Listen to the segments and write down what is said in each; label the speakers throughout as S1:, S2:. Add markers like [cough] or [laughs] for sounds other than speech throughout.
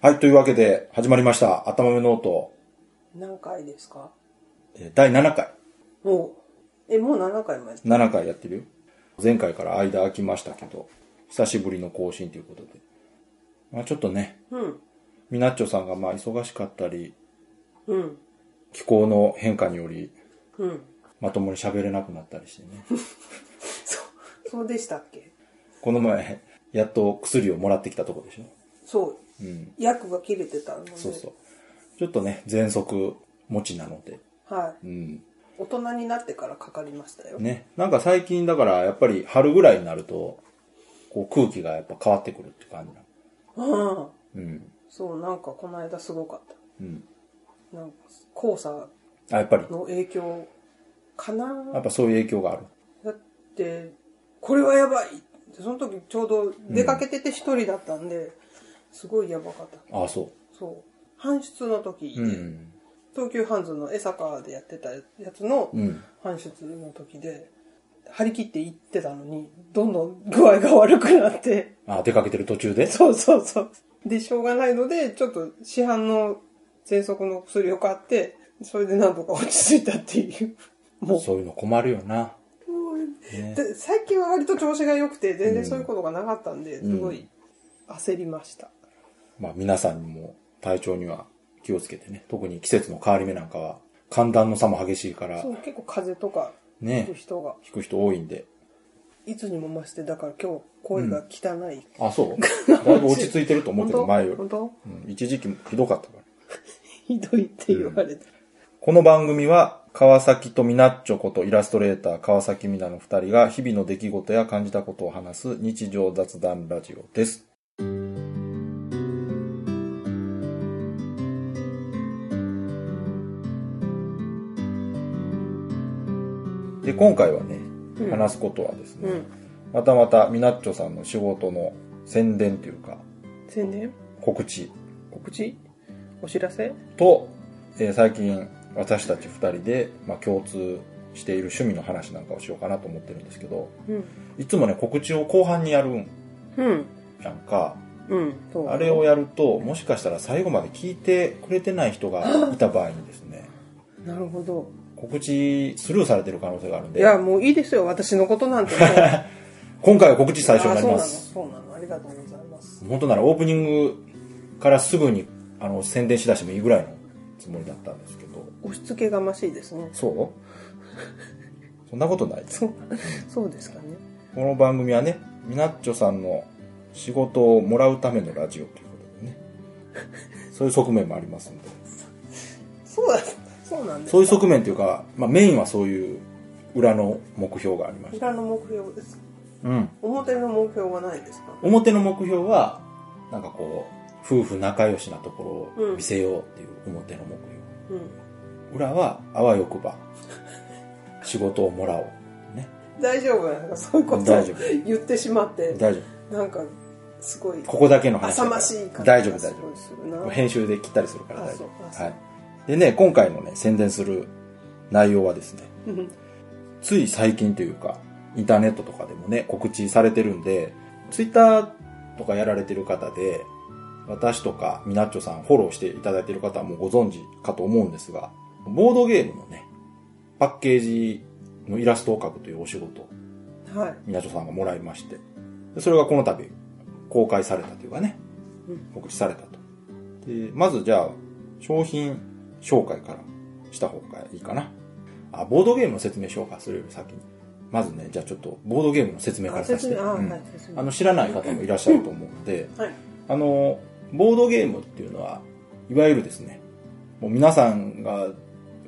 S1: はい、というわけで始まりました。頭目ノート、
S2: 何回ですか
S1: えー第7回。
S2: もう、え、もう7回まで。
S1: 7回やってるよ。前回から間空きましたけど、久しぶりの更新ということで。まあちょっとね、
S2: うん。
S1: ミナッチョさんがまあ忙しかったり、
S2: うん。
S1: 気候の変化により、
S2: うん。
S1: まともに喋れなくなったりしてね。
S2: そう、そうでしたっけ
S1: この前、やっと薬をもらってきたとこでしょ。
S2: そう。
S1: うん。
S2: 役が切れてたので。
S1: そうそう。ちょっとね、喘息持ちなので。
S2: は
S1: う
S2: い。
S1: ん。
S2: 大人になってからかかりましたよ。
S1: ね。なんか最近だから、やっぱり春ぐらいになると、こう空気がやっぱ変わってくるって感じなの。
S2: うん。
S1: うん。
S2: そう、なんかこの間すごかっ
S1: うん。
S2: た。なんか、黄砂
S1: あ、やっぱり。
S2: の影響か
S1: や
S2: な
S1: っぱそういう影響がある。
S2: だって、これはやばいその時ちょうど出かけてて一人だったんで、すごいやばかった。
S1: ああ、そ
S2: そう。搬出の時、
S1: う。うん。
S2: 東急ハンズの江坂でやってたやつの
S1: うん。
S2: 搬出の時で、張り切って行ってたのに、どんどん具合が悪くなって、 [laughs]
S1: あ、出かけてる途中で。
S2: そうそうそう。で、しょうがないので、ちょっと市販の喘息の薬を買って、それでなんとか落ち着いたっ
S1: [laughs]
S2: ていう。もう、
S1: そういうの困るよな。ね
S2: で最近は割と調子が良くて、全然そういうことがなかったんで、
S1: ん
S2: すごい焦りました。
S1: まあ皆さんも体調には気をつけてね。特に季節の変わり目なんかは、寒暖の差も激しいから
S2: そ、う、結構風邪とか、
S1: ね
S2: く。人が、
S1: 引く人多いんで。
S2: いつにも増して、だから今日声が汚い。
S1: あ、そう [laughs] だいぶ落ち着いてると思う
S2: 本
S1: けど、
S2: 当
S1: 前より
S2: 本。当
S1: うん一時期もひどかったから。
S2: ひどいって言われて。
S1: この番組は、川崎とみなっちょことイラストレーター川崎みなの二人が日々の出来事や感じたことを話す日常雑談ラジオです。で、今回はね、
S2: うん
S1: 話すことはですね、
S2: うん。
S1: またまたみなっちょさんの仕事の宣伝というか、
S2: 宣伝
S1: 告知
S2: 告知お知らせ
S1: と、えー最近私たち2人で、まあ、共通している趣味の話なんかをしようかなと思ってるんですけど
S2: うん。
S1: いつもね告知を後半にやるん
S2: うん。
S1: やんか
S2: うん。そう
S1: あれをやるともしかしたら最後まで聞いてくれてない人がいた場合にですね
S2: なるほど。
S1: 告知スルーされてる可能性があるん
S2: い
S1: で
S2: や、もういいですよ。私のこと [laughs] なんてもう。
S1: 今回は告知最初になります
S2: あそうなの、そうなの。ありがとうございます。
S1: 本当ならオープニングからすぐにあの宣伝しだしてもいいぐらいのつもりだったんですけど
S2: 押し付けがましいですね。
S1: そう [laughs] そんなことない
S2: そう、そうですかね。
S1: この番組はね、ミナッチョさんの仕事をもらうためのラジオということでね、 [laughs] そういう側面もありますんで、
S2: そうだ、そうなんです。
S1: そういう側面というか、まあメインはそういう裏の目標がありました。
S2: 裏の目標です。
S1: うん。
S2: 表の目標はないですか
S1: 表の目標は、なんかこう、夫婦仲良しなところを見せようっていう表の目標。
S2: うん。
S1: 裏は、あわよくば、仕事をもらおう。ね。
S2: 大丈夫なんかそういうことを
S1: 大丈夫
S2: 言ってしまって、
S1: 大丈
S2: なんか、すごい
S1: 夫。、ここだけの話だ
S2: 浅
S1: から。
S2: ましい感じ
S1: 大丈夫、大丈夫。
S2: 夫。するな。
S1: 編集で切ったりするから大丈
S2: あ
S1: 夫。
S2: そう
S1: は
S2: あ
S1: い。でね、今回のね、宣伝する内容はですね、
S2: うん
S1: つい最近というか、インターネットとかでもね、告知されてるんで、ツイッターとかやられてる方で、私とかミナッチョさんフォローしていただいてる方はもうご存知かと思うんですが、ボードゲームのね、パッケージのイラストを描くというお仕事を
S2: はい。
S1: ミナッチョさんがもらいまして、でそれがこの度公開されたというかね、
S2: うん
S1: 告知されたと。で、まずじゃあ、商品紹介からした方がいいかな。あ、ボードゲームの説明紹介するより先に。まずね、じゃあちょっと、ボードゲームの説明か
S2: あ
S1: らさせ
S2: 説
S1: て。
S2: 明あ、
S1: うん
S2: はい説明
S1: あの、知らない方もいらっしゃると思うので、
S2: はい
S1: あの、ボードゲームっていうのは、いわゆるですね、もう皆さんが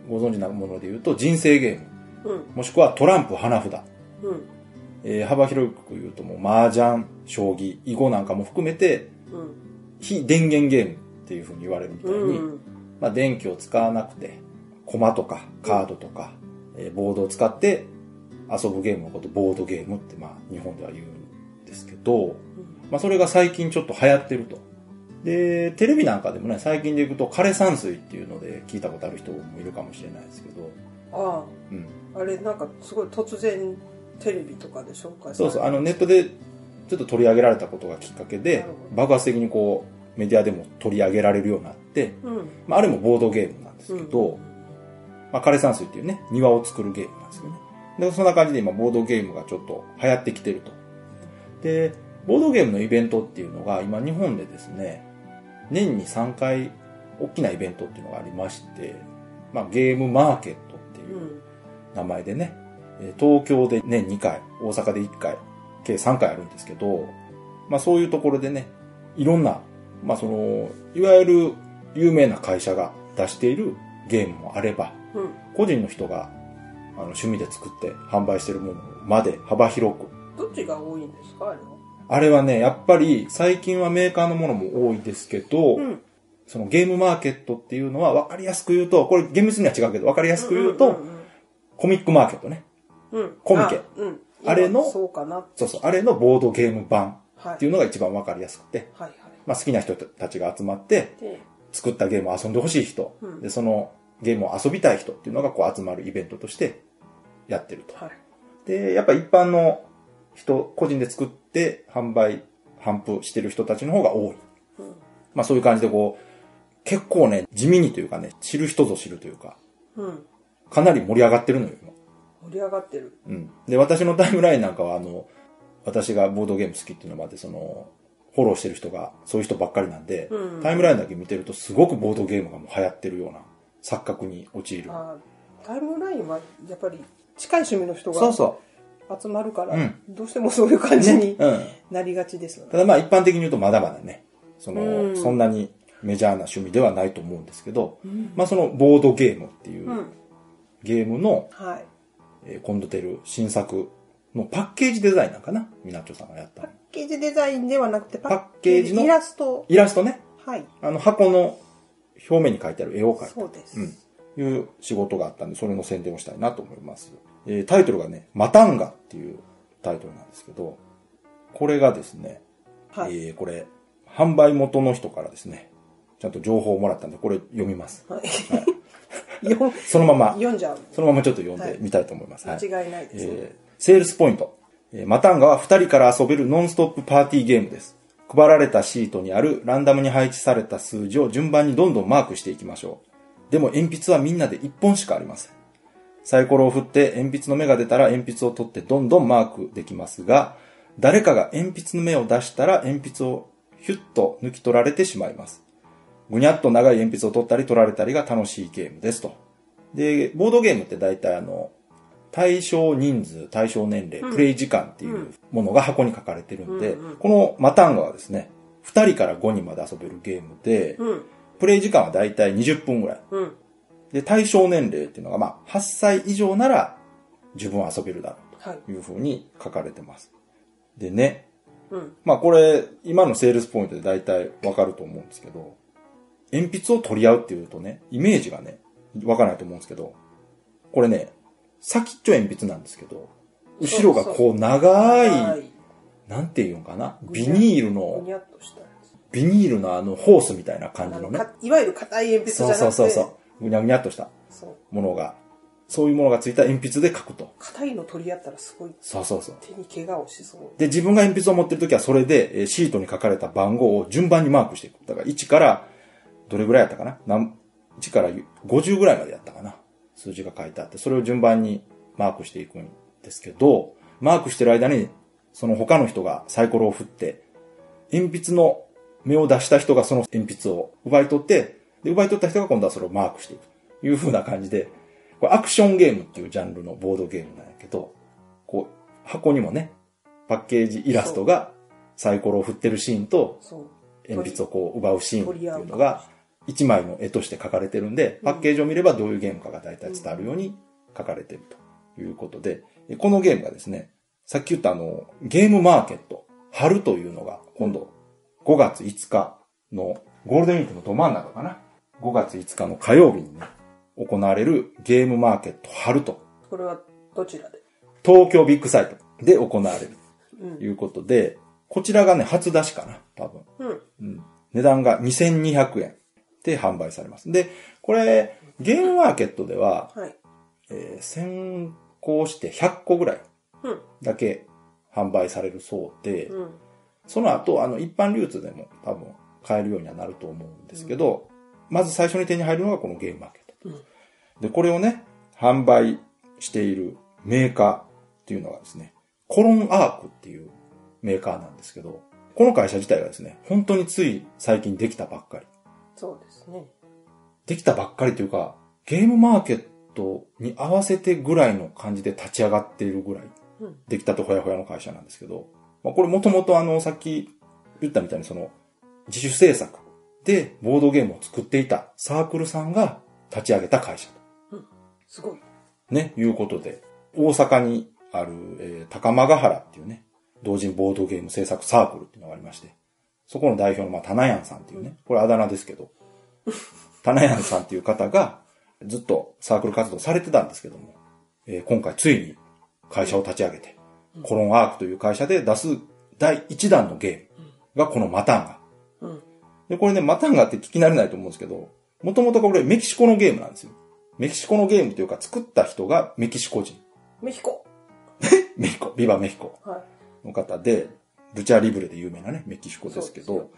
S1: ご存知なもので言うと、人生ゲーム、
S2: うん
S1: もしくはトランプ花札、
S2: うん
S1: えー幅広く言うともう、麻雀、将棋、囲碁なんかも含めて、
S2: うん
S1: 非電源ゲームっていうふうに言われるみたいに、
S2: うん
S1: まあ、電気を使わなくて、コマとかカードとか、えーボードを使って遊ぶゲームのこと、ボードゲームってまあ日本では言うんですけど、まあそれが最近ちょっと流行ってると。で、テレビなんかでもね、最近で行くと枯山水っていうので聞いたことある人もいるかもしれないですけど、
S2: あ
S1: うん。
S2: ああれなんかすごい突然テレビとかで紹介され
S1: そうそう、
S2: あ
S1: あのネットでちょっと取り上げられたことがきっかけ
S2: な
S1: で
S2: るほ、ど
S1: 爆発的にこう、メディアでも取り上げられるようになって、
S2: うん。。
S1: まあ、あれもボードゲームなんですけど、まあ、枯山水っていうね、庭を作るゲームなんですよね。で、そんな感じで今、ボードゲームがちょっと流行ってきてると。で、ボードゲームのイベントっていうのが、今、日本でですね、年に3回、大きなイベントっていうのがありまして、まあ、ゲームマーケットっていううん名前でね、えー東京で年2回、大阪で1回、計3回あるんですけど、まあそういうところでね、いろんな、まあその、いわゆる有名な会社が出しているゲームもあれば、
S2: うん。
S1: 個人の人があの趣味で作って販売してるものまで幅広く。
S2: どっちが多いんですかあれは。
S1: あれはね、やっぱり最近はメーカーのものも多いですけど、
S2: うん。
S1: そのゲームマーケットっていうのは分かりやすく言うと、これ厳密には違うけど分かりやすく言うと、コミックマーケットね。
S2: うん、うん。
S1: コミケ
S2: あうん。
S1: あれの
S2: 今そうかな。
S1: そうそう、あれのボードゲーム版
S2: はい。
S1: っていうのが一番わかりやすくて、
S2: はいは
S1: まあ好きな人たちが集まって、
S2: い。で、
S1: 作ったゲームを遊んでほしい人、
S2: うん
S1: で、そのゲームを遊びたい人っていうのがこう集まるイベントとしてやってると。
S2: はい。
S1: で、やっぱ一般の人、個人で作って販売、販布してる人たちの方が多い。
S2: うん。
S1: まあそういう感じでこう、結構ね、地味にというかね、知る人ぞ知るというか、
S2: うん。
S1: かなり盛り上がってるのよ、今
S2: 盛り上がってる。
S1: うん。で、私のタイムラインなんかは、あの、私がボードゲーム好きっていうのまで、その、フォローしてる人が、そういう人ばっかりなんで、
S2: うん
S1: タイムラインだけ見てると、すごくボードゲームがもう流行ってるような錯覚に陥る。
S2: あータイムラインはやっぱり近い趣味の人
S1: そう
S2: が
S1: そ
S2: 集まるから、
S1: うん
S2: どうしてもそういう感
S1: う。
S2: じ
S1: ね
S2: に
S1: うん。
S2: なりがちですよね。
S1: ただまあ、一般的に言うとまだまだね、その、
S2: うん
S1: そんなにメジャーな趣味ではないと思うんですけど、
S2: うん
S1: まあそのボードゲームっていう、
S2: うん。
S1: ゲームの、
S2: はい。
S1: えー、今度出る新作のパッケージデザインなんかな、みなっちょさんがやった
S2: パ
S1: の
S2: ッ。ケージデザインではなくて、パ
S1: ッケージの
S2: イラスト。
S1: イラストね。
S2: はい。
S1: あの箱の表面に書いてある絵を描いた
S2: そうです。
S1: うん、いう仕事があったんで、それの宣伝をしたいなと思います。えータイトルがね、マタンガっていうタイトルなんですけど、これがですね、
S2: はい。
S1: えーこれ、販売元の人からですね、ちゃんと情報をもらったんで、これ読みます。
S2: はい
S1: はい、
S2: 読
S1: そのまま、
S2: 読んじゃう。
S1: そのままちょっと読んでみたいと思います。はい
S2: 間違いないですね。
S1: えーセールスポイント。えーマタンガは2人から遊べるノンストップパーティーゲームです。配られたシートにあるランダムに配置された数字を順番にどんどんマークしていきましょう。でも鉛筆はみんなで1本しかありません。サイコロを振って鉛筆の目が出たら鉛筆を取ってどんどんマークできますが、誰かが鉛筆の目を出したら鉛筆をヒュッと抜き取られてしまいます。ぐにゃっと長い鉛筆を取ったり取られたりが楽しいゲームですと。で、ボードゲームって大体あの、対象人数、対象年齢、
S2: うん
S1: プレイ時間っていうものが箱に書かれてるんで、
S2: うんうん
S1: このマタンガはですね、2人から5人まで遊べるゲームで、
S2: うん。
S1: プレイ時間は大体20分ぐらい。
S2: うん。
S1: で、対象年齢っていうのが、まあ、8歳以上なら自分は遊べるだろ
S2: はい。
S1: うというふうに書かれてます。でね、
S2: うん。
S1: まあこれ、今のセールスポイントで大体わかると思うんですけど、鉛筆を取り合うっていうとね、イメージがね、わからないと思うんですけど、これね、先っちょ鉛筆なんですけど、後ろがこう長、
S2: はいい。
S1: なんていうんかな、
S2: ぐ
S1: ビ
S2: にゃ
S1: ニール
S2: ぐ
S1: の、
S2: にゃっとしたやつ。
S1: ビニールのあのホースみたいな感じ
S2: あ
S1: の
S2: の
S1: ね、
S2: かいわゆる硬い鉛筆じ
S1: そ
S2: ゃな
S1: う
S2: くて。
S1: そうそうそう、ぐにゃぐにゃっとした
S2: そう。
S1: ものが、そういうものがついた鉛筆で書くと。
S2: 硬いの取り合ったらすごい
S1: そうそうそう。
S2: 手に怪我をしそう。
S1: で、自分が鉛筆を持ってるときはそれで、えーシートに書かれた番号を順番にマークしていく。だから1から、どれぐらいやったかななん ?1 から50ぐらいまでやったかな数字が書いてあって、それを順番にマークしていくんですけど、マークしてる間に、その他の人がサイコロを振って、鉛筆の目を出した人がその鉛筆を奪い取って、で、奪い取った人が今度はそれをマークしていく。という風な感じで、これアクションゲームっていうジャンルのボードゲームなんやけど、こう、箱にもね、パッケージイラストがサイコロを振ってるシーンと、
S2: そう。
S1: 鉛筆をこう奪うシーンっていうのが、一枚の絵として書かれてるんで、
S2: うん
S1: パッケージを見ればどういうゲームかが大体伝わるように書かれてるということで、えこのゲームがですね、さっき言ったあの、ゲームマーケット、春というのが、今度、5月5日の、ゴールデンウィークのど真ん中かな。5月5日の火曜日にね、行われるゲームマーケット春と、
S2: これはどちらで
S1: 東京ビッグサイトで行われる
S2: う
S1: と
S2: ん。
S1: いうことで、こちらがね、初出しかな、多分。
S2: うん。
S1: うん値段が2200円で販売されます。で、これ、ゲームマーケットでは、
S2: はい。
S1: えー先行して100個ぐらい
S2: うん。
S1: だけ販売されるそうで、
S2: うん。
S1: その後、あの、一般流通でも多分買えるようにはなると思うんですけど、まず最初に手に入るのがこのゲームマーケット。
S2: うん
S1: で、これをね、販売しているメーカーっていうのがですね、コロンアークっていうメーカーなんですけど、この会社自体がですね、本当につい最近できたばっかり。
S2: そうですね。
S1: できたばっかりというか、ゲームマーケットに合わせてぐらいの感じで立ち上がっているぐらい、
S2: うん
S1: できたとほやほやの会社なんですけど、まあ、これもともとあの、さっき言ったみたいにその、自主制作でボードゲームを作っていたサークルさんが立ち上げた会社
S2: すごい。
S1: と、ね、いうことで、大阪にある、えー高間ヶ原っていうね、同人ボードゲーム制作サークルっていうのがありまして、そこの代表の、まあ、タナヤンさんっていうね、これあだ名ですけど、タナヤンさんっていう方が、ずっとサークル活動されてたんですけども、えー今回ついに会社を立ち上げて、コロンアークという会社で出す第1弾のゲームがこのマタンガ。
S2: うん。
S1: で、これね、マタンガって聞き慣れないと思うんですけど、もともとこれメキシコのゲームなんですよ。メキシコのゲームというか作った人がメキシコ人。
S2: メヒコ。
S1: メヒコ、ビバメヒコ
S2: は
S1: の方で、ルチャリブレで有名なね、メキシコですけ
S2: そう
S1: ど、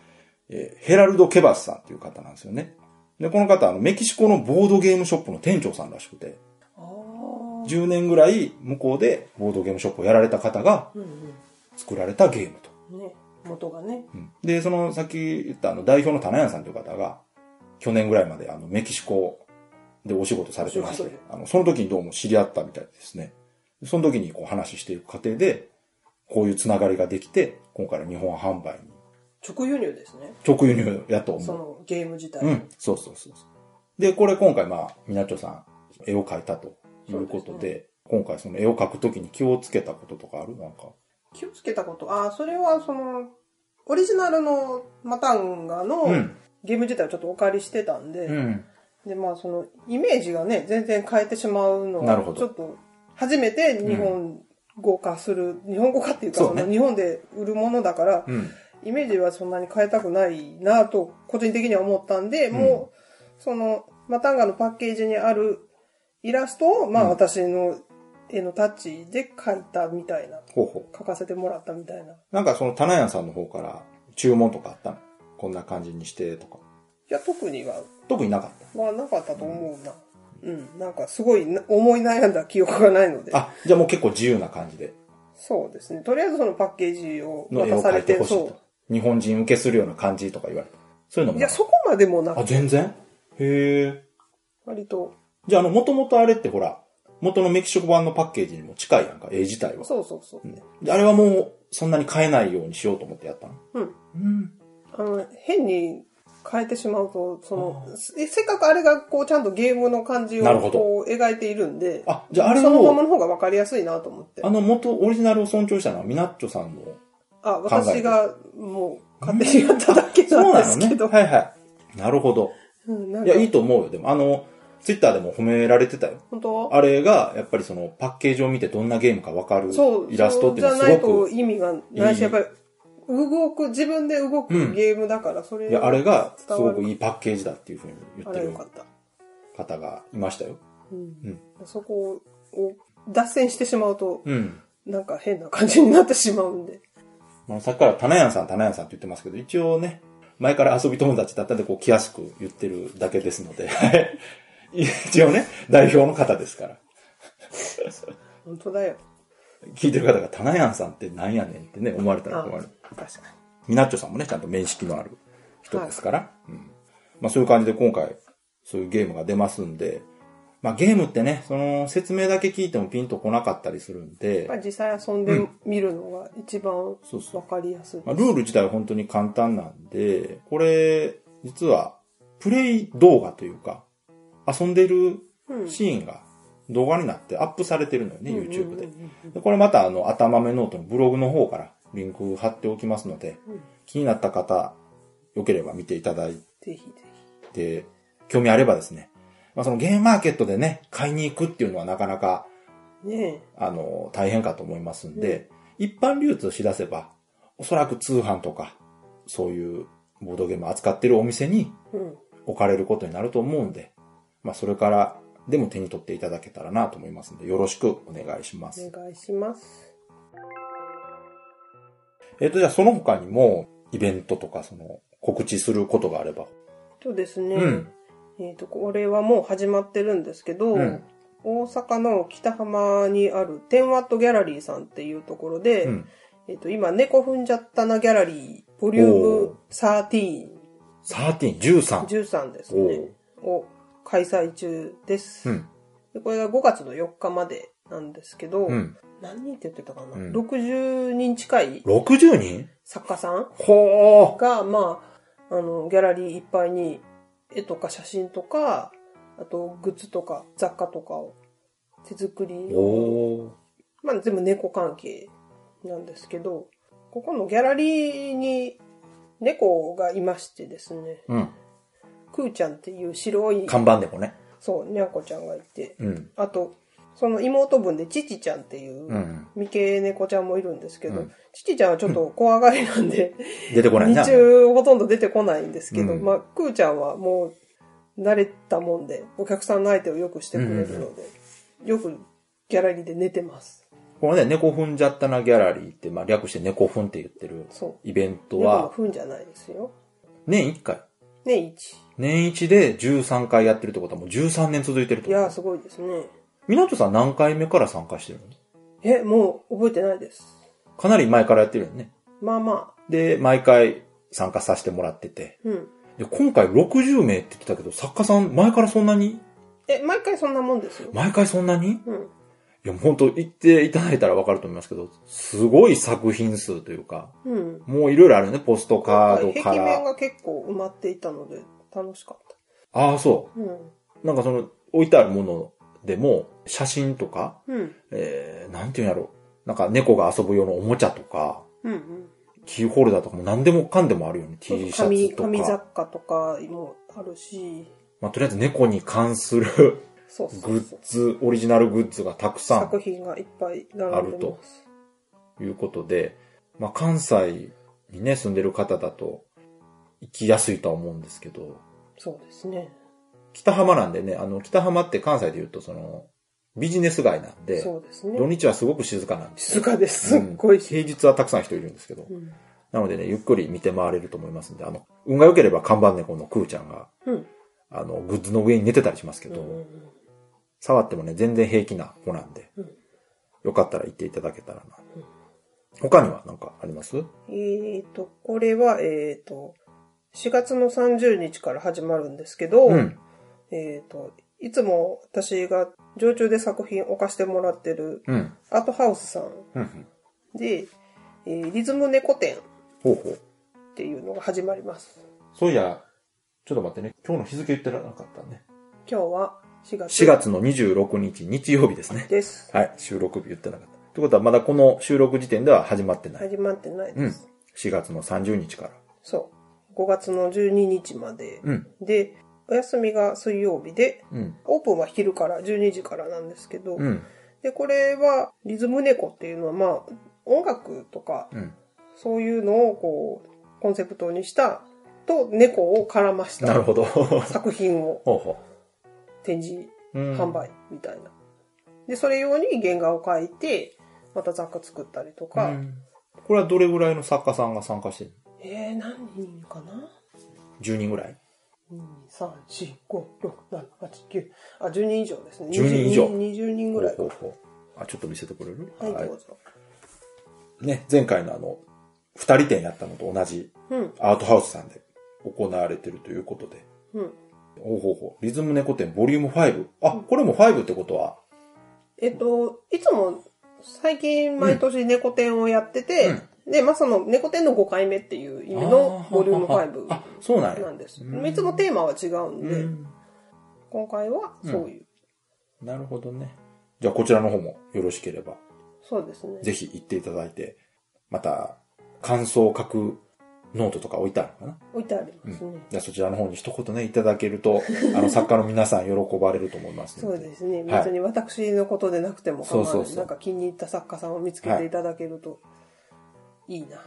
S1: えーヘラルド・ケバスさんっていう方なんですよね。で、この方、あの、メキシコのボードゲームショップの店長さんらしくて、
S2: い。ああ。
S1: 10年ぐらい向こうでボードゲームショップをやられた方が
S2: うん
S1: 作られたゲームと。
S2: うん。ね。元がね。
S1: うんで、その、さっき言ったあの、代表の棚屋さんという方が、去年ぐらいまであの、メキシコでお仕事されてまして
S2: お仕事で、
S1: あの、その時にどうも知り合ったみたいですね。その時にこう話していく過程で、こういうつながりができて、今回の日本販売に
S2: 直輸入ですね。
S1: 直輸入やと
S2: そ
S1: 思う。
S2: のゲーム自体。
S1: うん、そうそうそうそう。で、これ今回まあ、みなちょさん、絵を描いたということ
S2: そう
S1: で、
S2: で
S1: 今回その絵を描く時に気をつけたこととかあるなんか。
S2: 気をつけたこと。ああ、それはその、オリジナルのマタンガの
S1: うん。
S2: ゲーム自体をちょっとお借りしてたんで、
S1: うん。
S2: で、まあその、イメージがね、全然変えてしまうの
S1: な
S2: は
S1: るほ、ど
S2: ちょっと、初めて日本語化する、日本語化っていうか、
S1: そ
S2: そう
S1: ね
S2: の日本で売るものだから、
S1: うん。
S2: イメージはそんなに変えたくないなと、個人的には思ったんで、
S1: ん
S2: もう、その、マタンガのパッケージにあるイラストを、ま
S1: う
S2: あ
S1: ん
S2: 私の絵のタッチで描いたみたいな、
S1: ほうほう。
S2: 描かせてもらったみたいな。い
S1: なんかその棚屋さんの方から注文とかあったのこんな感じにしてとか。
S2: や、特には、
S1: 特になかっ
S2: まあなかったと思うな。うん、なんかすごいな思い悩んだ記憶がないので
S1: た。。あ、じゃあもう結構自由な感じで
S2: そうですね。とりあえずそのパッケージを
S1: の絵
S2: 渡
S1: を
S2: さ
S1: 描
S2: れ
S1: いて
S2: て、
S1: ほしい
S2: そ
S1: と。日本人受けするような感じとか言われた。そういうの
S2: う。
S1: も
S2: い
S1: な
S2: や、
S1: かっ
S2: そこまでもな
S1: たあ、
S2: く、
S1: 全然へえ。
S2: 割と、
S1: じゃああの、もともとあれってほら、元のメキシコ版のパッケージにも近いやんか、絵自体は。
S2: そうそうそう。
S1: であれはもう、そんなに変えないようにしようと思ってやったの
S2: うん。
S1: うん。
S2: あの、変に変えてしまうと、その
S1: あ、
S2: せせっかくあれがこうちゃんとゲームの感じ
S1: なるほ
S2: を
S1: ど
S2: こう描いているんで、
S1: あ、じゃああれ
S2: そのまま
S1: を、
S2: の方が分かりやすいなと思って
S1: あ。の元オリジナルを尊重したのはミナッチョさんの。
S2: あ、
S1: 考えて
S2: 私がもう勝手にやっただけ
S1: そ
S2: な
S1: うん
S2: で
S1: な
S2: す
S1: の
S2: け
S1: ね。
S2: ど。
S1: はいはい。なるほど。
S2: うん、なん
S1: い
S2: か
S1: や、いいと思うよ。でも、あの、ツイッターでも褒められてたよ。
S2: 本当
S1: あれが、やっぱりその、パッケージを見てどんなゲームかわかる
S2: そう、
S1: イラストっていうの
S2: そう
S1: は
S2: じゃない
S1: す
S2: と
S1: ごく、
S2: 意味がない
S1: い
S2: し、
S1: い
S2: やっぱり、動く、自分で動
S1: う
S2: く
S1: ん
S2: ゲームだから、それ
S1: いや、あれが、す
S2: 伝
S1: ご
S2: わ
S1: く
S2: る。
S1: いいパッケージだっていうふうに言
S2: あ
S1: って
S2: れよ
S1: る
S2: かった。
S1: 方がいましたよ。
S2: うんそこを脱線してしまうと、
S1: うん。
S2: なんか変な感じになってしまうんで。
S1: まあ、さっきから、タナヤンさん、タナヤンさんって言ってますけど、一応ね、前から遊び友達だったんで、こう、来やすく言ってるだけですので、 [laughs] はい一応ね、代表の方ですから。
S2: 本当だよ。
S1: 聞いてる方が、タナヤンさんってなんやねんってね、思われたら
S2: あ
S1: 困る。
S2: 確かに。
S1: ミナッチョさんもね、ちゃんと面識のある人ですから、うんまあ、そういう感じで今回、そういうゲームが出ますんで、まあ、ゲームってね、その説明だけ聞いてもピンとこなかったりするんで、
S2: やっぱり実際遊んでみるのが一番
S1: そうそう
S2: わかりやすい。
S1: まあ、ルール自体は本当に簡単なんで、これ、実は、プレイ動画というか、遊んでる
S2: うん
S1: シーンが動画になってアップされてるのよね、
S2: うん
S1: YouTube で
S2: うんうんうんうん
S1: で。これまたあの、頭目ノートのブログの方からリンク貼っておきますので、
S2: うん
S1: 気になった方、よければ見ていただいて
S2: ぜひぜ
S1: で、興味あればですね、まあ、そのゲームマーケットでね、買いに行くっていうのはなかなか、
S2: ひ。ね
S1: あの、大変かと思いますんで、一般流通しだせば、おそらく通販とか、そういうボードゲームを扱ってるお店に
S2: え。うん。
S1: 置かれることになると思うんで、まあ、それから、でも手に取っていただけたらなと思いますんで、よろしくお願いします。
S2: お願いします。
S1: えっ、と、じゃあその他にも、イベントとか、その、告知することがあれば。
S2: とですね、
S1: うん。
S2: えっ、と、これはもう始まってるんですけど、
S1: うん
S2: 大阪の北浜にある10ワットギャラリーさんっていうところで、
S1: うん。
S2: えっ、と、今、猫踏んじゃったなギャラリー、ボリューム13、
S1: 13、13。
S2: 13です
S1: お
S2: ね
S1: う。
S2: を開催中です、
S1: うん。
S2: で。これが5月の4日までなんですけど、
S1: うん。
S2: 何人って言ってたかな、
S1: うん
S2: ?60 人近い
S1: 60人
S2: 作家さん
S1: ほー。
S2: が、まあ、あの、ギャラリーいっぱいに、絵とか写真とか、あと、グッズとか、雑貨とかを、手作りの、
S1: おー。
S2: まあ、全部猫関係なんですけど、ここのギャラリーに猫がいましてですね、
S1: うん。
S2: くーちゃんっていう白い、
S1: 看板猫ね。
S2: そう、にゃんこちゃんがいて、
S1: うん。
S2: あと、その妹分でちちちゃんっていう、
S1: うん。
S2: 未経猫ちゃんもいるんですけ
S1: う
S2: ど
S1: ん、
S2: ちちちゃんはちょっと怖がりなんで、
S1: 出てこない
S2: 日
S1: な。
S2: 中ほとんど出てこないんですけど、
S1: うん
S2: まあ、くーちゃんはもう慣れたもんで、お客さんの相手をよくしてくれるので、よくギャラリーで寝てます。
S1: このね、猫踏んじゃったなギャラリーって、まあ略して猫踏んって言ってる
S2: そ
S1: イベン
S2: う。
S1: ト
S2: 猫の
S1: は、
S2: 糞じゃないですよ。
S1: 年1回。
S2: ね、一。
S1: 年1で13回やってるってことはもう13年続いてるって
S2: い
S1: こ
S2: やー、
S1: と
S2: すごいですね。
S1: みなとさん何回目から参加してるの
S2: え、もう覚えてないです。
S1: かなり前からやってるよね。
S2: まあまあ。
S1: で、毎回参加させてもらってて。
S2: うん。
S1: で、今回60名って言ってたけど、作家さん前からそんなに
S2: え、毎回そんなもんですよ。
S1: 毎回そんなにい
S2: うん。
S1: や、もう本当言っていただいたらわかると思いますけど、すごい作品数というか、
S2: うん。
S1: もういろいろあるよね、ポストカードか
S2: 壁面
S1: ら。
S2: が結構埋まっていたので、楽しかっ
S1: ああ、そ
S2: た。うん。
S1: う。なんかその、置いてあるものでも、写真とか、
S2: うん。
S1: えー、なんていうんやろう。なんか猫が遊ぶ用のおもちゃとか、
S2: うんうん。
S1: キーホルダーとかも何でもかんでもあるよね。T シャツ
S2: 紙、
S1: と
S2: 紙雑
S1: か。
S2: 貨とかもあるし、
S1: まあ、とりあえず猫に関する [laughs]
S2: そうそうそう。
S1: グッズ、オリジナルグッズがたくさ
S2: 作品がいっぱい並んでます。
S1: ん、いうことで、まあ、関西にね、住んでる方だと、行きやすいとは思うんですけど、
S2: そうですね。
S1: 北浜なんでね、あの、北浜って関西で言うと、その、ビジネス街なんで、
S2: そうです
S1: 土
S2: ね。
S1: 日はすごく静かなんです
S2: 静
S1: よ。
S2: かです。すっごい
S1: うん
S2: し。
S1: 平日はたくさん人いるんですけど
S2: う。ん。
S1: なのでね、ゆっくり見て回れると思いますんで、あの、運が良ければ看板猫のクーちゃんが、
S2: うん。
S1: あの、グッズの上に寝てたりしますけ
S2: う
S1: ど、
S2: ん
S1: 触ってもね、全然平気な子なんで、
S2: うん
S1: よかったら行っていただけたらな。
S2: うん
S1: 他には何かあります
S2: えっと、これは、えっと、4月の30日から始まるんですけど、
S1: うん。
S2: えっと、いつも私が常駐で作品置かしてもらってる
S1: うん。
S2: アートハウスさん
S1: うん。
S2: で、えーリズム猫展っ
S1: ほうほう。
S2: ていうのが始まります。
S1: そういや、ちょっと待ってね。今日の日付言ってなかったね。
S2: 今日は4月
S1: 4月の26日、日曜日ですね。
S2: です。
S1: はい。収録日言ってなかった。ということは、まだこの収録時点では始まってない。
S2: 始まってないです。
S1: 4月の30日から。
S2: そう。5月の12日まで。
S1: うん。
S2: で、お休みが水曜日で、
S1: うん。
S2: オープンは昼から12時からなんですけど、
S1: うん。
S2: で、これはリズム猫っていうのは、まあ、音楽とか、
S1: うん。
S2: そういうのをこう、コンセプトにした、と猫を絡まし
S1: なる
S2: た
S1: ほど。ほ
S2: 作品を
S1: うほ
S2: 展示、
S1: う。うん
S2: 販。売みたいな。で、それ用に原画を描いて、また雑貨作ったりと
S1: う
S2: か、
S1: ん。これはどれぐらいの作家さんが参加してる
S2: えー、何人かな
S1: の ?10 人ぐらい
S2: 123456789あ10人以上ですね
S1: 10人以上
S2: 20人ぐらい
S1: ほうほうほうあ、ちょっと見せてくれる
S2: はいどうぞ
S1: ね、前回のあの、二人展やったのと同じ
S2: うん
S1: アートハウスさんで行われてるということで。
S2: うん
S1: ほうほうほう。リズム猫展ボリューム5。あ、これも5ってことは、
S2: えっといつも最近毎年猫展をやってて、でまあその猫展の5回目っていう意味のボリューム
S1: あーあ
S2: 5
S1: そうなん
S2: な
S1: や
S2: んです
S1: うん
S2: いつもテーマは違うんで、
S1: うん
S2: 今回はそういう、
S1: なるほどねじゃあこちらの方もよろしければ
S2: そうですね
S1: ぜひ行っていただいてまた感想を書くノートとか置いてあるのかな
S2: 置いてありますね、
S1: じゃあそちらの方に一言ねいただける
S2: [laughs]
S1: とあの作家の皆さん喜ばれると思います
S2: そ
S1: の
S2: う
S1: で
S2: です
S1: は
S2: ね
S1: い
S2: 別に私のことでなくても構わない、
S1: そうそうそう
S2: なんか気に入った作家さんを見つけていただけるといいな、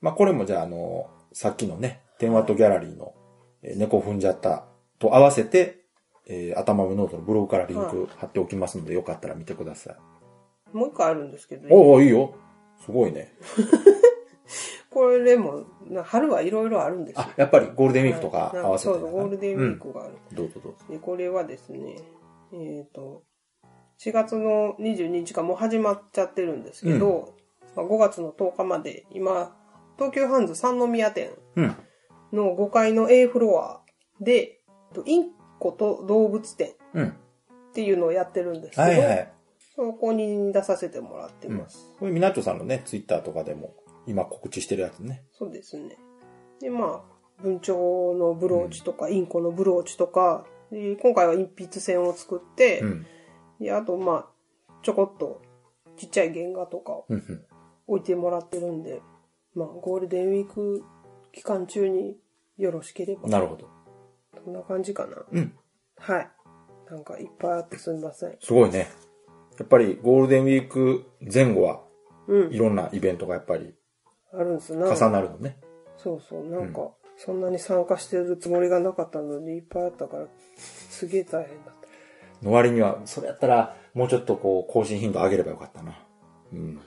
S1: まあこれもじゃああのさっきのね天話とギャラリーの「えー猫踏んじゃった」と合わせて、えー頭のノートのブログからリンク貼っておきますので、よかったら見てください
S2: もう一個あるんですけど、
S1: おおいいよすごいね
S2: ここれも、な春はいろいろあるんですよ
S1: あ、。やっぱりゴールデンウィークとか
S2: はい
S1: 合わせて、
S2: そうそう、ゴールデンウィークがある。
S1: うん。どうぞどうぞ。
S2: で、これはですね、えっ、と、4月の22日がもう始まっちゃってるんですけど、まあ5月の10日まで、今、東急ハンズ三宮店
S1: うん。
S2: の5階の A フロアで、えっとインコと動物展
S1: うん。
S2: っていうのをやってるんですけど、
S1: はいはい。
S2: そこに出させてもらってます。
S1: これ、みなっちょさんのね、ツイッターとかでも、今告知してるやつね。
S2: そうですね。で、まあ、文鳥のブローチとか、インコのブローチとか、で今回は一筆線を作って、
S1: うん。
S2: で、あとまあ、ちょこっとちっちゃい原画とかを
S1: うんうん。
S2: 置いてもらってるんで、まあ、ゴールデンウィーク期間中によろしければ、
S1: なるほど。
S2: こんな感じかな。
S1: うん。
S2: はい。なんかいっぱいあってすみません。
S1: すごいね。やっぱりゴールデンウィーク前後は、
S2: うん。
S1: いろんなイベントがやっぱり
S2: あるんですな。
S1: 重なるのね。
S2: そうそう、なんか、そんなに参加してるつもりがなかったのにいっぱいあったから、すげえ大変だった。
S1: の割には、それやったら、もうちょっとこう、更新頻度上げればよかったな。 [laughs] うん。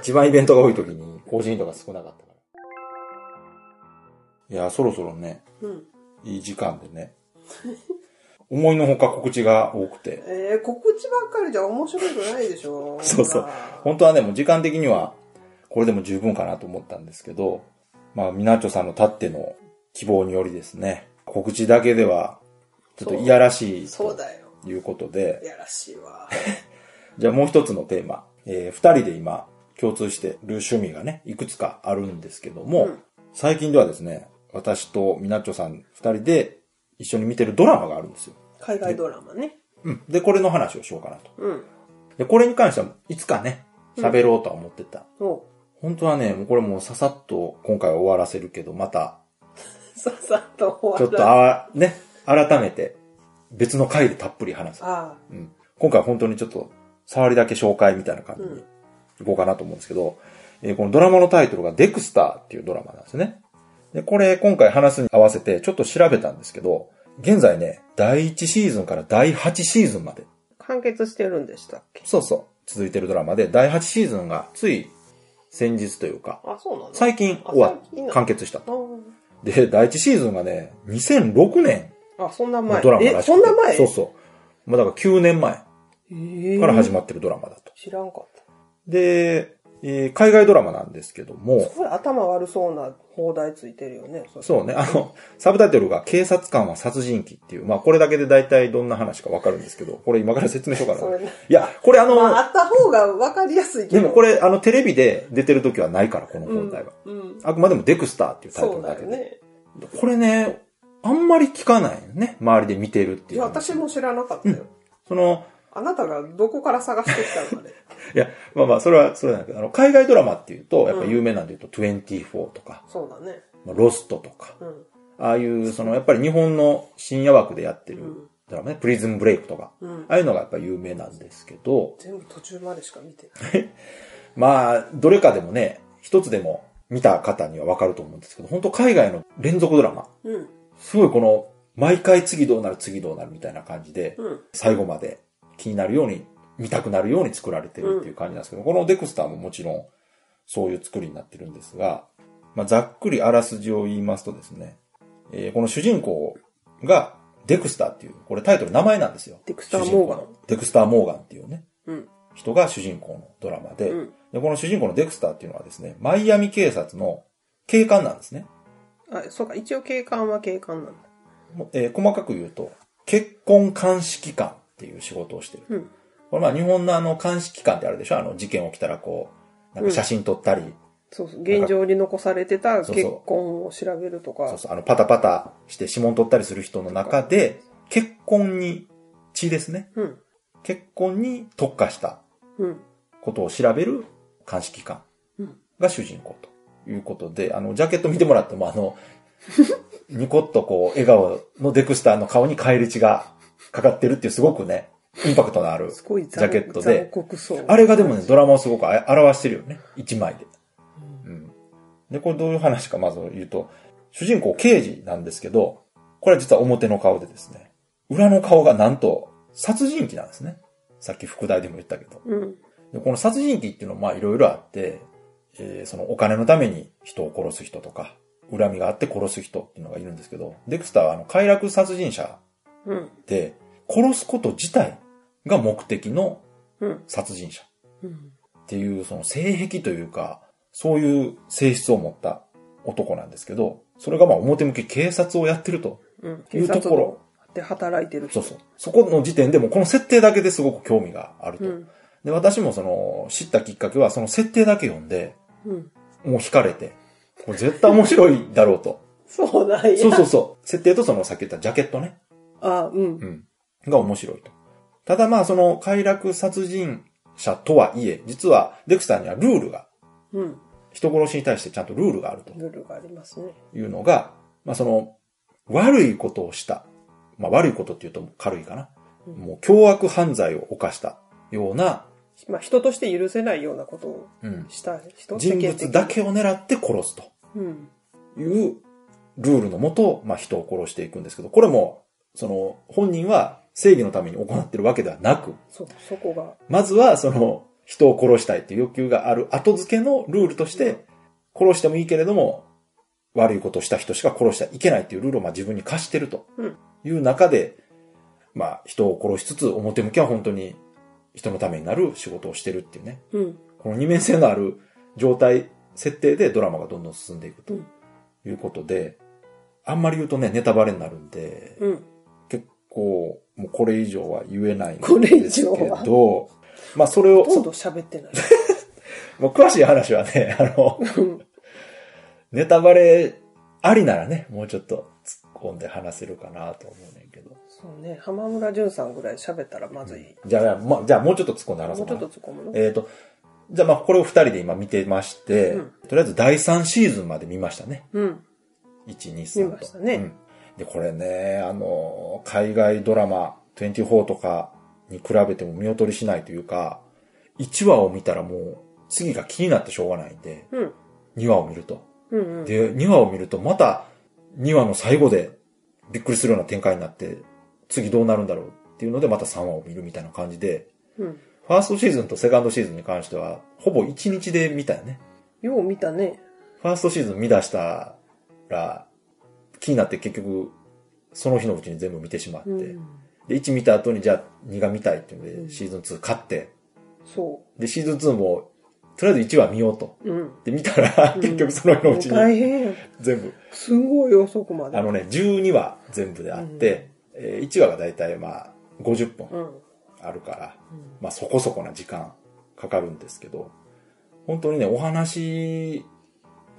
S1: 一番イベントが多い時に、更新頻度が少なかったから。いや、そろそろね、
S2: うん。
S1: いい時間で [laughs] ね。思いのほか告知が多くて。
S2: えー、告知ばっかりじゃ面白くないでしょ
S1: [laughs] そうそう
S2: ほら
S1: 本当はね、もう時間的には、これでも十分かなと思ったんですけど、まあ、みなちょさんのたっての希望によりですね、告知だけでは、ちょっといやらしい
S2: そう
S1: と
S2: だよ。
S1: いうことで、
S2: いやらしいわ。 [laughs]
S1: じゃあもう一つのテーマ。えー二人で今共通してる趣味がね、いくつかあるんですけども、
S2: うん
S1: 最近ではですね、私とみなっちょさん二人で一緒に見てるドラマがあるんですよ。
S2: 海外ドラマね。
S1: うん。で、これの話をしようかなと。
S2: うん。
S1: で、これに関してはいつかね、喋ろうとは思ってた。
S2: おう [laughs]
S1: 本当はね、もうこれもうささっと今回は終わらせるけど、また、
S2: さっさと
S1: ち
S2: 終
S1: ょ
S2: わ
S1: っ
S2: ら
S1: とあ、ね、改めて別の回でたっぷり話す。
S2: あ
S1: うん、今回本当にちょっと触りだけ紹介みたいな感じにいこうかなと思うんですけど、えーこのドラマのタイトルがデクスターっていうドラマなんですね。で、これ今回話すに合わせてちょっと調べたんですけど、現在ね、第1シーズンから第8シーズンまで、
S2: あ。完結してるんでしたっけ
S1: そうそう、続いてるドラマで、第8シーズンがつい先日というか、
S2: あ、そうなんだ。
S1: 最近終わ
S2: あ最近な
S1: っ、
S2: の
S1: 完結した
S2: あ。ー
S1: で、第1シーズンがね、2006年
S2: あ、そんな
S1: の
S2: 前。
S1: ドラマらしくて
S2: え、そんな前
S1: そうそう。まあだから9年前
S2: え
S1: から始
S2: ま
S1: まってるドラマだと。
S2: 知らんかっ
S1: で、えー海外ドラマなんですけど
S2: た。
S1: も、
S2: すごい頭悪そうな放題ついてるよね。それ
S1: そうね、あの、サブタイトルが警察官は殺人鬼っていう、まあこれだけで大体どんな話かわかるんですけど、これ今から説明しようか
S2: そ
S1: な。
S2: れ
S1: い
S2: ね
S1: や、これあの、
S2: まあ、あった方が分かりやすいけ
S1: で
S2: ど。
S1: もこれあのテレビで出てる時はないから、この
S2: うん、
S1: 本題は。
S2: うん。
S1: あくまでもデクスターっていうタイト
S2: そう
S1: ルだ
S2: だ
S1: け
S2: よ
S1: で。
S2: ね。
S1: これね、あんまり聞かないよね。周りで見てるって
S2: い
S1: いう
S2: や、
S1: 話。
S2: 私も知らなかったよ。
S1: その、
S2: あなたがどこから探してきたのかね。
S1: いや、まあまあ、それは、それなんだけど、あの、海外ドラマっていうと、やっぱ有名なんで言うと、24とか、
S2: そうだね。
S1: まあロストとか、
S2: うん。
S1: ああいう、その、やっぱり日本の深夜枠でやって
S2: う
S1: る
S2: ん
S1: ドラマね、プリズンブレイクとか、
S2: うん。
S1: ああいうのがやっぱ有名なんですけど、
S2: 全部途中までしか見てない。
S1: まあ、どれかでもね、一つでも見た方にはわかると思うんですけど、本当海外の連続ドラマ、
S2: うん。
S1: すごいこの、毎回次どうなる、次どうなるみたいな感じで、
S2: うん。
S1: 最後まで気になるように、見たくなるように作られてるっていう感じなんですけど、このデクスターももちろんそういう作りになってるんですが、まあ、ざっくりあらすじを言いますとですね、えーこの主人公がデクスターっていう、これタイトル名前なんですよ。
S2: デクスターモー
S1: 主人
S2: ガン
S1: 公の。デクスター・モーガンっていうね、
S2: うん。
S1: 人が主人公のドラマで、
S2: うん
S1: でこの主人公のデクスターっていうのはですね、マイアミ警察の警官なんですね。
S2: あ、そうか。一応警官は警官なんだ。
S1: もえー細かく言うと、結婚監視機関っていう仕事をしてる。
S2: うん。
S1: これまあ日本のあの監視機関ってあるでしょあの事件起きたらこう、なんか写真撮ったり、
S2: そうそう。現状に残されてた
S1: そう
S2: 結婚を調べるとか。
S1: そうそう、あのパタパタして指紋撮ったりする人の中で、結婚に、血ですね。
S2: うん。
S1: 結婚に特化した
S2: うん。
S1: ことを調べる監視機関
S2: うん。
S1: が主人公ということで、あの、ジャケット見てもらってもあの、 [laughs] ニコッとこう、笑顔のデクスターの顔に返り血がかかってるっていうすごくね、インパクトのある
S2: すごい
S1: ジ
S2: 残
S1: ャケットで。
S2: 残酷そう。
S1: あれがでもね、ドラマをすごくあ表してるよね。一枚で。うん。で、これどういう話かまず言うと、主人公刑事なんですけど、これは実は表の顔でですね、裏の顔がなんと殺人鬼なんですね。さっき副題でも言ったけど。
S2: うん。
S1: でこの殺人鬼っていうのはまあいろいろあって、えーそのお金のために人を殺す人とか、恨みがあって殺す人っていうのがいるんですけど、デクスターはあの、快楽殺人者
S2: うん。
S1: で、殺すこと自体が目的の
S2: うん。
S1: 殺人者
S2: うん。
S1: っていう、その性癖というか、そういう性質を持った男なんですけど、それがまあ表向き警察をやってると。
S2: うん。
S1: いうところ
S2: 警察で働いてる
S1: そ
S2: 人。
S1: うそう。そこの時点でもうこの設定だけですごく興味があると。
S2: うん。
S1: で、私もその、知ったきっかけはその設定だけ読んで、
S2: うん。
S1: もう惹かれて、これ絶対面白いだろうと。
S2: そうなんや。
S1: そうそうそう。設定とそのさっき言ったジャケットね。
S2: あ、うん。
S1: うん。が面白いと。ただまあその快楽殺人者とはいえ、実はデクスターにはルールが、
S2: うん。
S1: 人殺しに対してちゃんとルールがあると
S2: ルールがありますね。
S1: いうのが、まあその、悪いことをした。まあ悪いことっていうと軽いかな。
S2: うん
S1: もう凶悪犯罪を犯したような、
S2: まあ、人として許せないようなことを
S1: うん、
S2: した人
S1: 人物だ。けを狙って殺すと。
S2: 世間的にうん。
S1: いうルールのもと、まあ、人を殺していくんですけど、これも、その、本人は正義のために行ってるわけではなく、
S2: そう、そこが。
S1: まずは、その、人を殺したいっていう欲求がある後付けのルールとして、殺してもいいけれども、悪いことをした人しか殺してはいけないっていうルールをまあ自分に課してると
S2: うん
S1: いう中で、まあ人を殺しつつ表向きは本当に人のためになる仕事をしてるっていうね。
S2: うん。
S1: この二面性のある状態、設定でドラマがどんどん進んでいくと
S2: うん
S1: いうことで、あんまり言うとね、ネタバレになるんで、
S2: うん。
S1: 結構、もうこれ以上は言えないん
S2: これ以
S1: です
S2: 上は
S1: けど、まあそれを、
S2: ほとんど喋ってない。
S1: もう詳しい話はね、 [laughs] あの、
S2: うん
S1: ネタバレありならね、もうちょっと突っ込んで話せるかなと思うねんけど。
S2: そうね、浜村淳さんぐらい喋ったらまずい。
S1: じゃあ、まあ、じゃあもうちょっと突っ込んで話
S2: も
S1: そう
S2: うち
S1: か
S2: ょっ
S1: な
S2: と。突っ込むの
S1: えっ、と、じゃあまあこれを二人で今見てまして、
S2: うん
S1: とりあえず第3シーズンまで見ましたね。
S2: うん。
S1: 1、2、3と。
S2: 見ましたね
S1: うんで、これね、あの、海外ドラマ24とかに比べても見劣りしないというか、1話を見たらもう次が気になってしょうがないんで、
S2: うん。
S1: 2話を見ると。
S2: うんうん。
S1: で、2話を見るとまた2話の最後でびっくりするような展開になって、次どうなるんだろうっていうのでまた3話を見るみたいな感じで、
S2: うん。
S1: ファーストシーズンとセカンドシーズンに関しては、ほぼ1日で見たよね。
S2: よう見たね。
S1: ファーストシーズン見出したら、気になって結局、その日のうちに全部見てしまって、
S2: うん。
S1: で、1見た後にじゃあ2が見たいっていうので、
S2: うん
S1: シーズン2買って、
S2: そ
S1: で、シーズン2も、とりあえず1話見ようと。
S2: う。うん。
S1: で、見たら、
S2: うん
S1: 結局その日のうちに
S2: 大変やん。
S1: 全部、
S2: すごい遅くまで。
S1: あのね、12話全部であって、え1話がだいたいまあ、50
S2: う
S1: 本
S2: ん。
S1: あるから、
S2: うん
S1: まあそこそこな時間かかるんですけど、本当にね、お話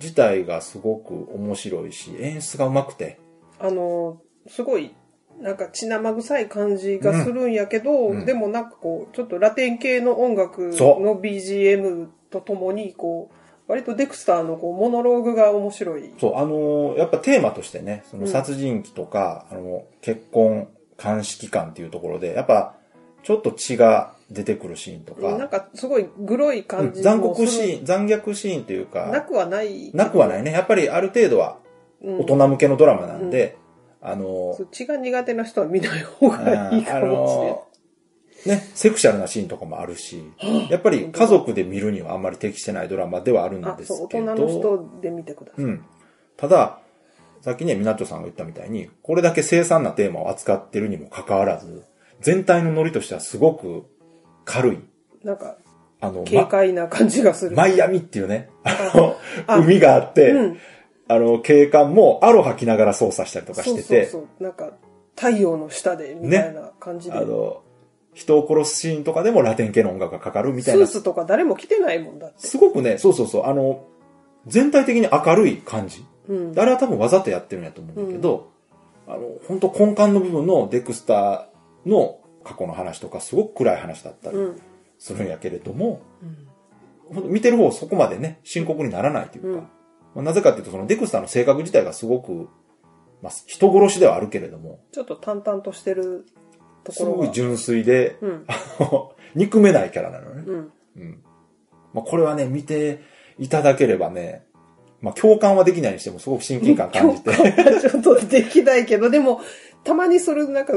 S1: 自体がすごく面白いし、演出がうまくて、
S2: あの、すごい、なんか血生臭い感じがするんやけど、
S1: うん
S2: でもなんかこう、ちょっとラテン系の音楽
S1: そう
S2: の BGM とともに、こう、割とデクスターのこうモノローグが面白い。
S1: そう、あのーやっぱテーマとしてね、その殺人鬼とか、あの、結婚、監視期間っていうところで、やっぱ、ちょっと血が出てくるシーンとか、
S2: なんかすごいグロい感
S1: うん
S2: じ
S1: 残酷シ
S2: し
S1: ーン、残虐シーンという
S2: な
S1: か、
S2: くはない。
S1: なくはないね。やっぱりある程度は
S2: うん
S1: 大人向けのドラマなんで、あの
S2: そう血が苦手な人は見ない方がいい
S1: あ
S2: か
S1: の
S2: も
S1: ね、セクシャルなシーンとかもあるし、やっぱり家族で見るにはあんまり適してないドラマではあるん
S2: しれない。あ、
S1: です
S2: そう、大
S1: けど、
S2: 人の人で見てください。
S1: うん。ただ、さっきね、みなちょさんが言ったみたいに、これだけ凄惨なテーマを扱ってるにもかかわらず、全体のノリとしてはすごく軽い。
S2: なんか、
S1: あの、
S2: 軽
S1: ま
S2: 快な感じがする。
S1: マイアミっていうね、あ
S2: あ
S1: の、海があって、
S2: うん。
S1: あの、警官もアロハ着ながら操作したりとかし
S2: そう
S1: て
S2: そう
S1: て、
S2: そう。なんか、太陽の下で、みたいな感じで。
S1: あの、人を殺すシーンとかでもラテン系の音楽がかかるみた
S2: ス
S1: いな
S2: ー、ツとか誰も着てないもんだって。
S1: すごくね、そうそうそう、あの、全体的に明るい感じ。
S2: うん。
S1: あれは多分わざとやってるんやと思うんだけど、あの、本当根幹の部分のデクスターの過去の話とか、すごく暗い話だった
S2: う
S1: り
S2: ん。
S1: するんやけれども、
S2: うん
S1: ほんと見てる方そこまでね、深刻にならないというか、
S2: うん
S1: まあなぜかっていうと、そのデクスターの性格自体がすごく、まあ、人殺しではあるけれども、
S2: ちょっと淡々としてると
S1: す
S2: ころ
S1: ご
S2: が。
S1: く純粋で、
S2: うん。
S1: [laughs] 憎めないキャラなのね。
S2: うん。
S1: うん。まあ、これはね、見ていただければね、まあ、共感はできないにしても、すごく親近感感じて。
S2: ちょっとできないけど、でも、たまにそれ、なんか、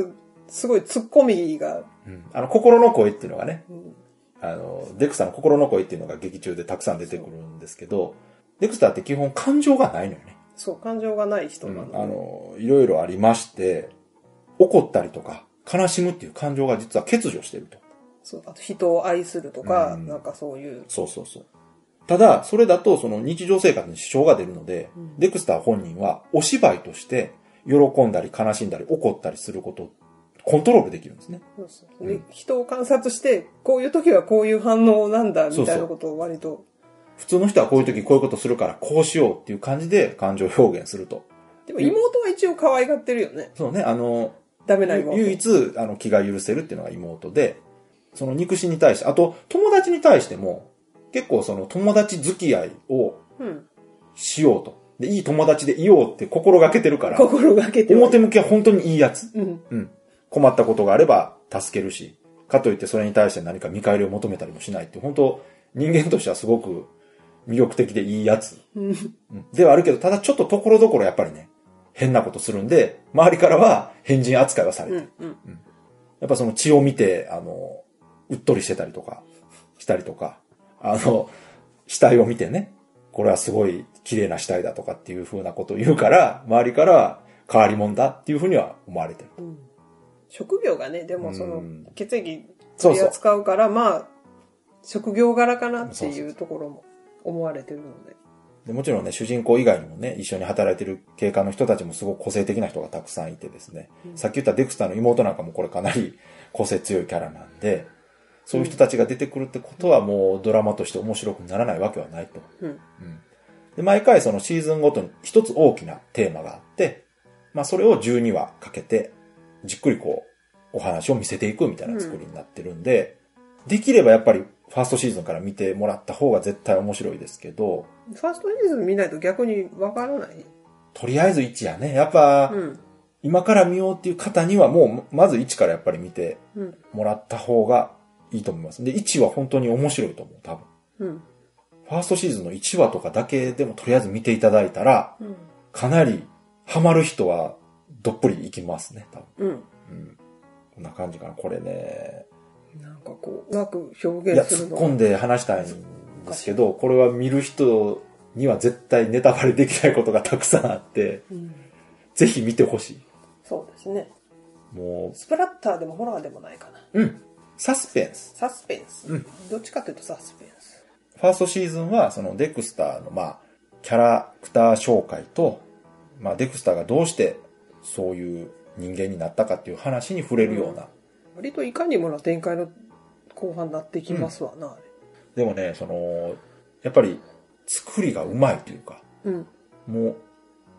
S2: すごい突っ込みが、
S1: うんあの、心の声っていうのがね、
S2: うん
S1: あの、デクスターの心の声っていうのが劇中でたくさん出てくるんですけど、デクスターって基本感情がないのよね。
S2: そう、感情がない人なの、
S1: あの、いろいろありまして、怒ったりとか、悲しむっていう感情が実は欠如してると。
S2: そう、あと人を愛するとか、
S1: うん
S2: なんかそういう、
S1: そうそうそう。ただ、それだとその日常生活に支障が出るので、デクスター本人はお芝居として、喜んだり悲しんだり怒ったりすることをコントロールできるんですね。
S2: そうそうで人を観察して、こういう時はこういう反応なんだ、
S1: そう
S2: みたいなことを割と。
S1: 普通の人はこういう時こういうことするからこうしようっていう感じで感情表現すると。
S2: でも妹は一応可愛がってるよね。
S1: そうね、あの、
S2: ダメな妹。
S1: 唯一あの気が許せるっていうのが妹で、その憎しに対して、あと友達に対しても結構その友達付き合いを
S2: うん。
S1: しようと。で、いい友達でいようって心がけてるから、
S2: 心がけてる。
S1: 表向きは本当にいいやつ。
S2: うん。
S1: うん。困ったことがあれば助けるし、かといってそれに対して何か見返りを求めたりもしないって、本当人間としてはすごく魅力的でいいやつ。
S2: うん。
S1: うんではあるけど、ただちょっとところどころやっぱりね、変なことするんで、周りからは変人扱いはされて
S2: う
S1: る。
S2: ん。うん。
S1: やっぱその血を見て、あの、うっとりしてたりとか、したりとか、あの、死体を見てね、これはすごい綺麗な死体だとかっていう風なことを言うから、周りからは変わり者だっていう風には思われてる。
S2: 職業がね、でもその
S1: うん、
S2: 血液
S1: そう
S2: 取り
S1: そう。
S2: 扱うから、まあ、職業柄かなって
S1: そう
S2: いうところも思われてるので。
S1: でもちろんね、主人公以外にもね、一緒に働いてる警官の人たちもすごく個性的な人がたくさんいてですね、さっき言ったデクスターの妹なんかもこれかなり [laughs] 個性強いキャラなんで、そういう人たちが出てくるってことはもうドラマとして面白くならないわけはないと。
S2: うん。
S1: で、毎回そのシーズンごとに一つ大きなテーマがあって、まあそれを12話かけて、じっくりこう、お話を見せていくみたいな作りになってるんで、できればやっぱりファーストシーズンから見てもらった方が絶対面白いですけど、
S2: ファーストシーズン見ないと逆にわからない。
S1: とりあえず1やね。やっぱ、
S2: うん。
S1: 今から見ようっていう方にはもう、まず1からやっぱり見て
S2: うん。
S1: もらった方がいいと思います。で、1は本当に面白いと思う、多分。
S2: うん。
S1: ファーストシーズンの1話とかだけでもとりあえず見ていただいたら、
S2: うん。
S1: かなりハマる人はどっぷりいきますね、多分。
S2: うん。
S1: こんな感じかな。これね。
S2: なんかこう、うまく
S1: い
S2: 表
S1: や、
S2: 現す
S1: 突っ
S2: るの
S1: 込んで話したいんですけど、これは見る人には絶対ネタバレできないことがたくさんあ [laughs] って、
S2: うん
S1: ぜひ見てほし
S2: そうですね。
S1: い。も
S2: スプラッターでもホラーでもないかな。
S1: う、うん。サスペンス。
S2: サスペンス。どっちかというとサスペンス。
S1: ファーストシーズンは、そのデクスターの、まあ、キャラクター紹介と、まあ、デクスターがどうしてそういう人間になったかっていう話に触れるような。
S2: 割といかにもな展開の後半になってきますわな、あ
S1: でもね、その、やっぱり作りがうまいというか、
S2: れ。うん。
S1: もう、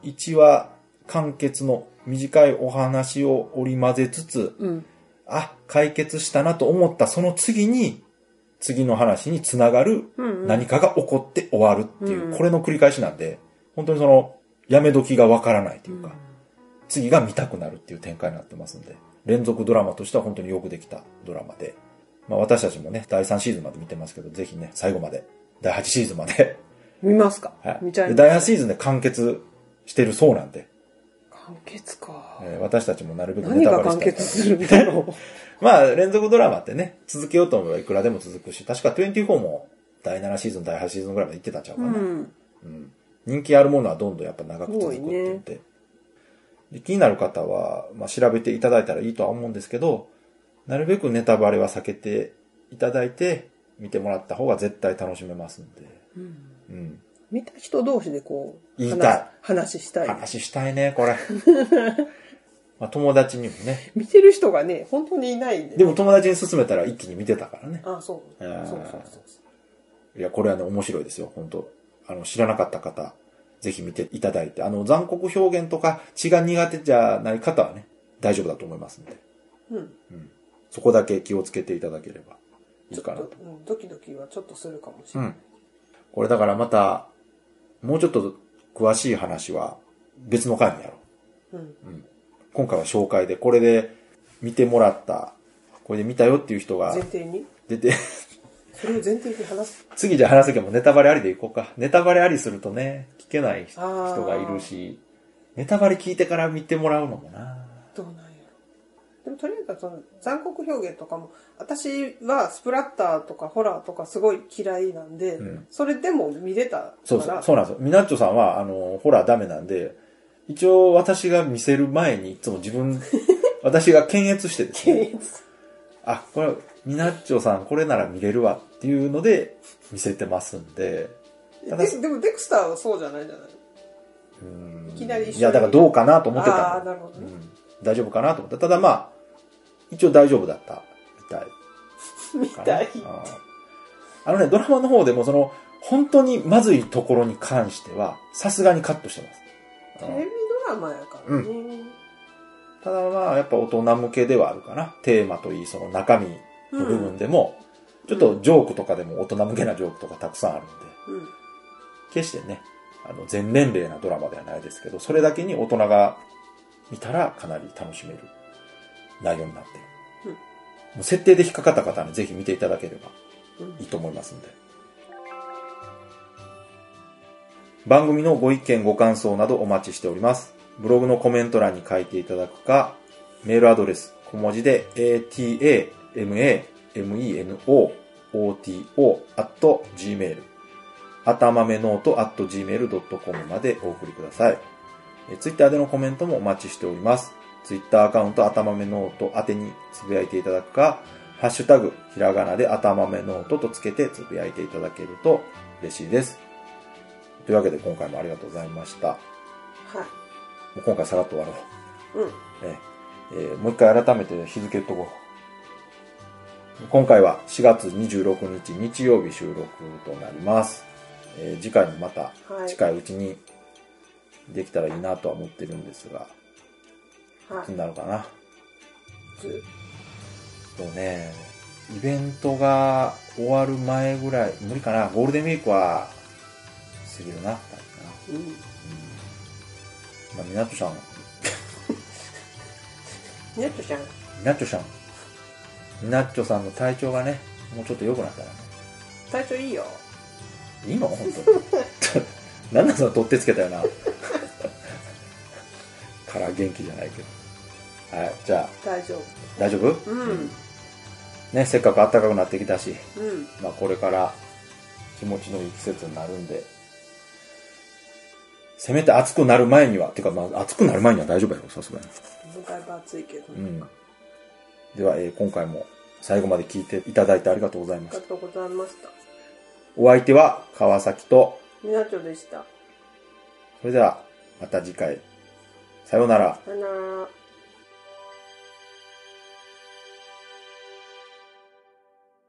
S1: 1話完結の短いお話を織り交ぜつつ、
S2: うん。
S1: あ、解決したなと思ったその次に、次の話につながる
S2: うんうん
S1: 何かが起こって終わるっていう、
S2: うんうん
S1: これの繰り返しなんで、本当にその、やめ時がわからないというか、次が見たくなるっていう展開になってますんで、連続ドラマとしては本当によくできたドラマで、まあ私たちもね、第3シーズンまで見てますけど、ぜひね、最後まで、第8シーズンまで、
S2: 見ますか、
S1: はい。
S2: 見ちゃい
S1: で
S2: ます。
S1: 第8シーズンで完結してるそうなんで、
S2: 完結か。
S1: えー私たちもなるべく
S2: 何
S1: ネタバ
S2: が
S1: レし
S2: 完
S1: たい
S2: 結するんだろ
S1: [laughs] まあ、連続ドラマってね、続けようと思えばいくらでも続くし、確か24も第7シーズン、第8シーズンぐらいまで行ってたんちゃう
S2: う。
S1: か
S2: う
S1: な。
S2: ん。
S1: 人気あるものはどんどんやっぱ長く続くって言って。で気になる方は、まあ、調べていただいたらいいとは思うんですけど、なるべくネタバレは避けていただいて、見てもらった方が絶対楽しめますんで。うん。
S2: 見た人同士でこう、
S1: 言いたい
S2: 話話したい。
S1: 話したいね、こ
S2: [laughs]
S1: れ。まあ、友達にもね。
S2: 見てる人がね、本当にいないんで。
S1: でも友達に勧めたら一気に見てたからね。
S2: あ、そ
S1: あ
S2: う。
S1: ー
S2: そうそうそうそう。
S1: いや、これはね、面白いですよ、本当あの、知らなかった方、ぜひ見ていただいて、あの、残酷表現とか血が苦手じゃない方はね、大丈夫だと思いますんで、
S2: うん。
S1: そこだけ気をつけていただければいいかなと。
S2: うんドキドキはちょっとするかもし
S1: う
S2: れない。
S1: ん。これだからまた、もうちょっと詳しい話は別の回にやろう。
S2: うん。
S1: 今回は紹介で、これで見てもらった、これで見たよっていう人が
S2: 前提に
S1: 出て、
S2: それを前提に話す。
S1: 次じゃあ話すけどもネタバレありでいこうか。ネタバレありするとね、聞けない人
S2: あー
S1: がいるし、ネタバレ聞いてから見てもらうのもな。
S2: どうなんやろ。でもとりあえずその残酷表現とかも、私はスプラッターとかホラーとかすごい嫌いなんで、
S1: うん
S2: それでも見れたから、
S1: そうそう、そうなんですよ。ミナッチョさんは、あの、ホラーダメなんで、一応私が見せる前にいつも自
S2: [laughs]
S1: 分、私が検閲してですね、あ、これ、ミナッチョさんこれなら見れるわっていうので見せてますんで、ただ
S2: ででもデクスターはそうじゃないじゃない
S1: うん
S2: いきなり一緒に
S1: いや、だからどうかなと思って
S2: あ
S1: た
S2: あ、
S1: の
S2: なるほど
S1: う
S2: ね。
S1: ん大丈夫かなと思った。ただまあ、一応大丈夫だったみたい。
S2: み
S1: か
S2: た。
S1: ないあーあのね、ドラマの方でもその、本当にまずいところに関しては、さすがにカットしてます。あ
S2: テレ
S1: ー
S2: ビドラマやからね。
S1: ただまあ、やっぱ大人向けではあるかな。テーマといい、その中身の部分でも、ちょっとジョークとかでも大人向けなジョークとかたくさんあるんで、
S2: うん。
S1: 決してね、あの、全年齢なドラマではないですけど、それだけに大人が見たらかなり楽しめる内容になってる。
S2: うん
S1: もう設定で引っかかった方にぜひ見ていただければ
S2: うん
S1: いいと思いますんで。番組のご意見、ご感想などお待ちしております。ブログのコメント欄に書いていただくか、メールアドレス、小文字で atamamenoto.gmail、あたまめノート at gmail.com までお送りください。えーツイッターでのコメントもお待ちしております。ツイッターアカウント、あたまめノート宛てにつぶやいていただくか、ハッシュタグ、ひらがなであたまめノートとつけてつぶやいていただけると嬉しいです。というわけで今回もありがとうございました。も
S2: は
S1: う今回さらっと終わろう。
S2: い。うん。
S1: えええーもう一回改めて日付言っとこう。今回は4月26日日曜日収録となります。えー次回もまた
S2: はい。
S1: 近いうちにできたらいいなとは思ってるんですが、
S2: はい
S1: つになるかな。
S2: い。ず
S1: とね、イベントが終わる前ぐらい、無理かな。ゴールデンウィークは過ぎるな、多分な。
S2: うん。
S1: うん。まあ、みなとさん、
S2: ネットちゃん。
S1: みなっちょさん。みなっちょさんの体調がね、もうちょっと良くなったらね。
S2: 体調いいよ。
S1: いいの本当に。何なんその取ってつけたよな。 [laughs] から元気じゃないけど。はい、じゃあ、
S2: 大丈
S1: 大丈夫
S2: 夫。うん。
S1: ね、せっかく暖かくなってきたし、
S2: うん。
S1: まあこれから気持ちのいい季節になるんで、せめて暑くなる前には、てかまあ暑くなる前には大丈夫やろ、さすがに。
S2: だいぶ暑いけど。
S1: う
S2: あ
S1: ん。では、えー今回も最後まで聞いていただいてありがとうございま
S2: りが
S1: す。
S2: とうございました。
S1: お相手は川崎と、
S2: みなちょでした。
S1: それではまた次回、さようなら。
S2: さよなら。